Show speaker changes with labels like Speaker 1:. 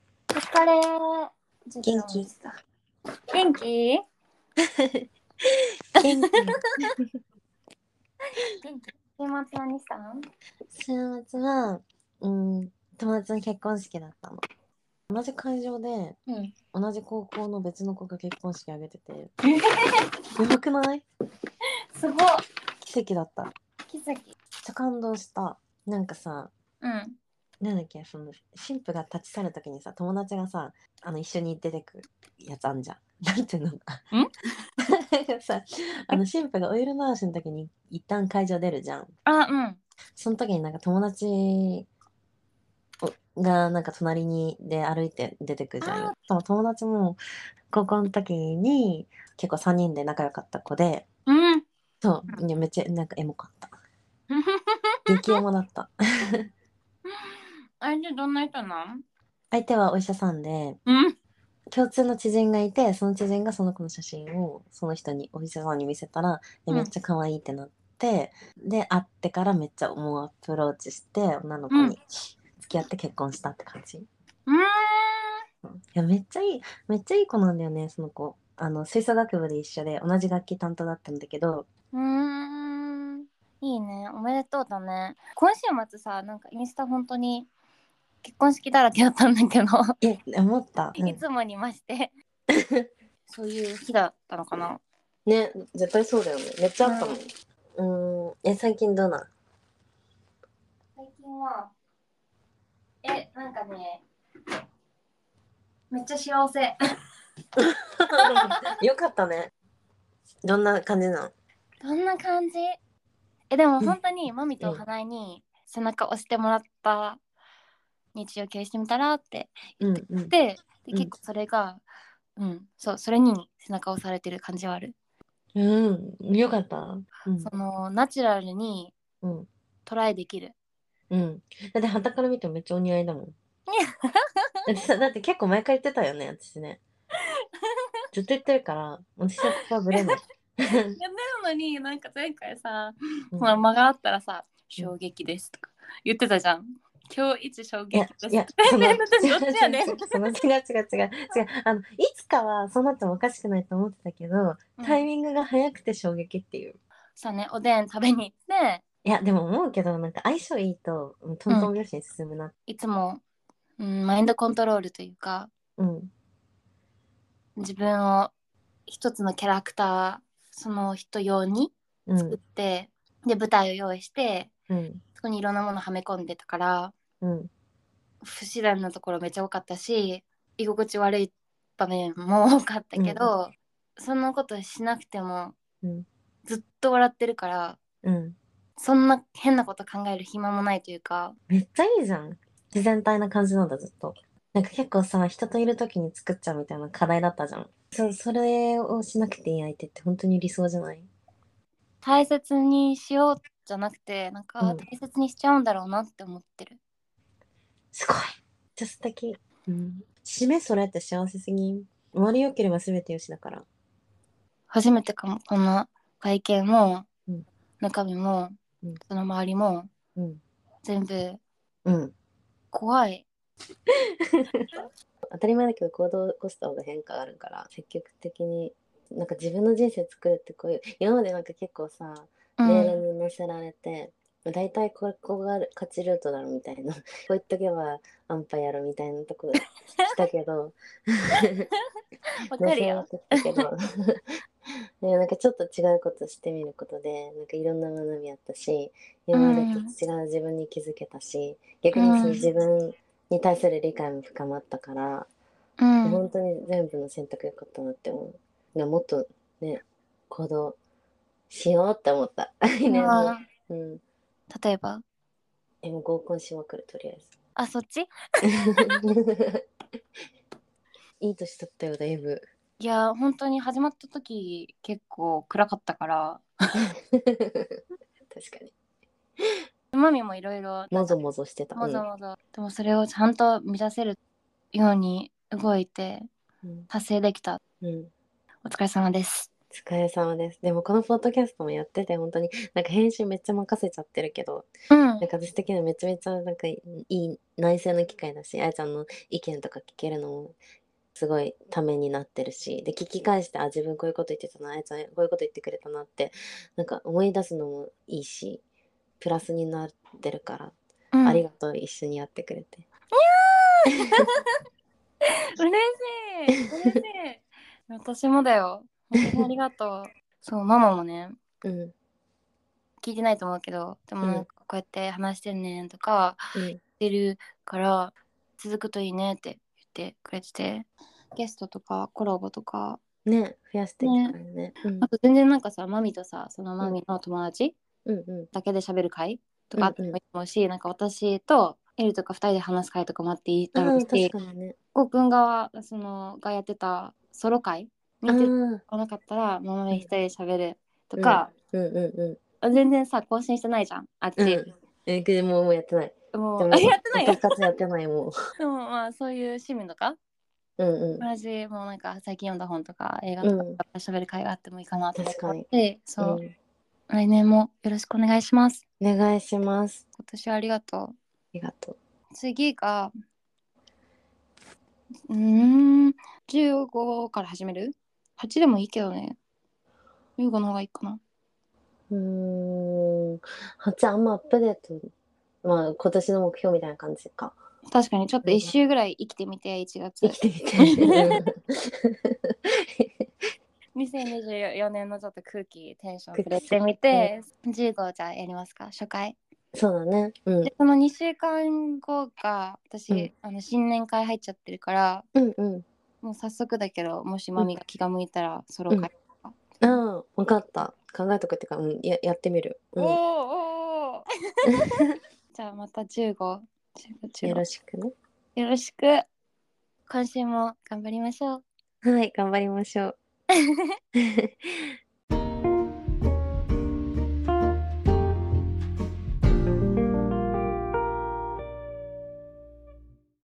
Speaker 1: 気
Speaker 2: れ元元気
Speaker 1: 元気
Speaker 2: 元気週末何したの
Speaker 1: 週末は、うん、友達の結婚式だったの。同じ会場で、
Speaker 2: うん
Speaker 1: 同じ高校の別の子が結婚式あげてて。やばくない
Speaker 2: すごい
Speaker 1: 奇跡だった。めっ
Speaker 2: 奇跡
Speaker 1: ちゃ感動した。なんかさ、
Speaker 2: うん
Speaker 1: なんだっけ、その、新婦が立ち去るときにさ、友達がさ、あの、一緒に出てくやつあんじゃん。なんていうのん さ、あの、新婦がお色直しの時に一旦会場出るじゃん。
Speaker 2: あうん
Speaker 1: その時になんか友達をがなんか隣にで歩いて出てくるじゃんよ。その友達も高校の時に結構3人で仲良かった子で、
Speaker 2: うん
Speaker 1: そう、いやめっちゃなんかエモかった。激エモだった。
Speaker 2: あれでどんな人なん
Speaker 1: 相手はお医者さんで、
Speaker 2: うん
Speaker 1: 共通の知人がいて、その知人がその子の写真をその人にお医者さんに見せたら、え
Speaker 2: うん
Speaker 1: めっちゃ可愛いってなって、で、会ってからめっちゃもうアプローチして、女の子
Speaker 2: うん
Speaker 1: に付き合って結婚したって感じ。
Speaker 2: うーん
Speaker 1: いやめっちゃいいめっちゃいい子なんだよねその子あの吹奏楽部で一緒で同じ楽器担当だったんだけど
Speaker 2: うーんいいねおめでとうだね今週末さなんかインスタ本当に結婚式だらけだったんだけど、
Speaker 1: え思った、うん
Speaker 2: いつもにまして そういう日だったのかな
Speaker 1: ね絶対そうだよねめっちゃあったもんうーんえ最近 どうなん
Speaker 2: 最近はえなんかねめっちゃ幸せ
Speaker 1: よかったねどんな感じなの
Speaker 2: どんな感じえでも
Speaker 1: うん
Speaker 2: 本当にマミと花井に背中押してもらった日曜経営してみたらって
Speaker 1: うんうん
Speaker 2: でで
Speaker 1: うん
Speaker 2: 結構それがうん、そうそれに背中押されてる感じはある、
Speaker 1: うんよかったうん
Speaker 2: そのナチュラルに
Speaker 1: うん
Speaker 2: トライできる
Speaker 1: うんだって旗から見てもめっちゃお似合い だもんだってさだって結構前から言ってたよね私 ねずっと言ってるから私はここはブレない、
Speaker 2: いやなのになんか前回さ、
Speaker 1: うん
Speaker 2: ほら間があったらさ「衝撃です」とか言ってたじゃん。今日一衝
Speaker 1: い
Speaker 2: 撃
Speaker 1: や
Speaker 2: です。、
Speaker 1: いやその
Speaker 2: ね 私どっちやねん
Speaker 1: 違うその違う違う違う違うあのいつかはそうなってもおかしくないと思ってたけど、
Speaker 2: うん
Speaker 1: タイミングが早くて衝撃っていう
Speaker 2: そうね、おでん食べに行って、
Speaker 1: いやでも思うけどなんか相性いいとうんトントン拍子に進むな、
Speaker 2: いつも、うん、マインドコントロールというか、
Speaker 1: うん
Speaker 2: 自分を一つのキャラクター、その人用に
Speaker 1: うん
Speaker 2: 作って、で、舞台を用意して、
Speaker 1: うん
Speaker 2: そこにいろんなものはめ込んでたから、
Speaker 1: うん
Speaker 2: 不自然なところめっちゃ多かったし、居心地悪い場面も多かったけど、そんなことしなくても、
Speaker 1: うん
Speaker 2: ずっと笑ってるから、
Speaker 1: うん
Speaker 2: そんな変なこと考える暇もないというか、
Speaker 1: めっちゃいいじゃん自然体な感じなんだずっとなんか結構さ人といる時に作っちゃうみたいな課題だったじゃんそそれをしなくていい相手って本当に理想じゃない
Speaker 2: 大切にしようじゃなくてなんか
Speaker 1: うん
Speaker 2: 大切にしちゃうんだろうなって思ってる、
Speaker 1: すごい。じゃ素敵。うん。締めそれって幸せすぎん。悪良ければ全てよしだから。
Speaker 2: 初めてかもこの会見も、
Speaker 1: うん
Speaker 2: 中身も、
Speaker 1: うん
Speaker 2: その周りも
Speaker 1: うん。
Speaker 2: 全部
Speaker 1: うん。
Speaker 2: 怖い
Speaker 1: 当たり前だけど行動を起こした方が変化があるから、積極的に、なんか自分の人生作るってこういう、今までなんか結構さ、
Speaker 2: うん
Speaker 1: メールに載せられて、大体ここが勝ちルートだろみたいな、 こう言っとけば安牌やろみたいなとこしたけど、
Speaker 2: わかる
Speaker 1: 乗
Speaker 2: よ、
Speaker 1: せられてたけど ねなんかちょっと違うことしてみることでなんかいろんな学びあったし今までと違う自分に気づけたし、逆にその自分に対する理解も深まったから、
Speaker 2: うん、
Speaker 1: 本当に全部の選択良かったなって思うでももっとね行動しようって思った 来年
Speaker 2: ま
Speaker 1: も
Speaker 2: あ、
Speaker 1: うん、
Speaker 2: 例えば
Speaker 1: でも合コンしまくるとりあえず。
Speaker 2: あそっち
Speaker 1: いい年だったよだいぶ
Speaker 2: いや本当に始まった時結構暗かったから
Speaker 1: 確かに
Speaker 2: マミもいろいろ
Speaker 1: もぞもぞしてた
Speaker 2: もぞもぞ、でもそれをちゃんと満たせるように動いて
Speaker 1: うん
Speaker 2: 達成できた
Speaker 1: うん、
Speaker 2: お疲れ様です
Speaker 1: おお疲れ様です。でもこのポッドキャストもやってて本当になんか編集めっちゃ任せちゃってるけど、
Speaker 2: うん
Speaker 1: なんか私的にはめちゃめちゃなんかいい内省の機会だし、あやちゃんの意見とか聞けるのもすごいためになってるし、で聞き返してあ自分こういうこと言ってたな、あやちゃんこういうこと言ってくれたなってなんか思い出すのもいいし、プラスになってるから、
Speaker 2: うん
Speaker 1: ありがとう一緒にやってくれて。
Speaker 2: 嬉しい嬉しい私もだよ本当にありがとうそうママもね
Speaker 1: うん、
Speaker 2: 聞いてないと思うけどでもなんかこうやって話してるねとか
Speaker 1: うん
Speaker 2: 言ってるから続くといいねって言ってくれててゲストとかコラボとか
Speaker 1: ね増やしていきたいね。うん
Speaker 2: あと全然なんかさマミとさそのマミの友達
Speaker 1: うんうん
Speaker 2: だけで喋る会とかあって
Speaker 1: うんうん
Speaker 2: もいいと思うし、なんか私とエルとか2人で話す会とかもあっていいだろ
Speaker 1: あ
Speaker 2: う
Speaker 1: ー確
Speaker 2: し
Speaker 1: かにね。
Speaker 2: こうくんがそのがやってたソロ会
Speaker 1: あ
Speaker 2: に出て
Speaker 1: ー
Speaker 2: こなかったらママに一人で喋るとか、
Speaker 1: うんうんうん。
Speaker 2: 全然さ更新してないじゃんあっち、
Speaker 1: うんえでももうやってない。
Speaker 2: も
Speaker 1: で
Speaker 2: う
Speaker 1: も
Speaker 2: あ やってないよ
Speaker 1: 部活やってないも
Speaker 2: でもまあそういう趣味とか
Speaker 1: う。うんうん。
Speaker 2: 同じもうなんか最近読んだ本とか映画とか
Speaker 1: うん
Speaker 2: 喋る会があってもいいかなと思って
Speaker 1: 確かに
Speaker 2: でそう、
Speaker 1: うん
Speaker 2: 来年もよろしくお願いします
Speaker 1: お願いします。
Speaker 2: 今年はありがと
Speaker 1: ありがと
Speaker 2: う次がうーん15から始める ?8 でもいいけどね15の方がいいかな
Speaker 1: う。うーん。あじゃああんまアップデート。まあ今年の目標みたいな感じか。
Speaker 2: 確かにちょっと1週ぐらい生きてみて1
Speaker 1: 生
Speaker 2: 月
Speaker 1: きてみて。
Speaker 2: 2024年のちょっと空気テンション触れてみて15じゃあやりますか初回
Speaker 1: そうだね。うん。
Speaker 2: でその2週間後が私、
Speaker 1: うん
Speaker 2: あの新年会入っちゃってるから
Speaker 1: うんうん。
Speaker 2: もう早速だけどもしマミが気が向いたらソロ会とか、
Speaker 1: ああ、わかった。考えとくっていうか、うん、ややってみる。うん。よ
Speaker 2: おーおーおー じゃあまた1515
Speaker 1: ろしくね。
Speaker 2: よろしく今週も頑張りましょう
Speaker 1: はい、頑張りましょう。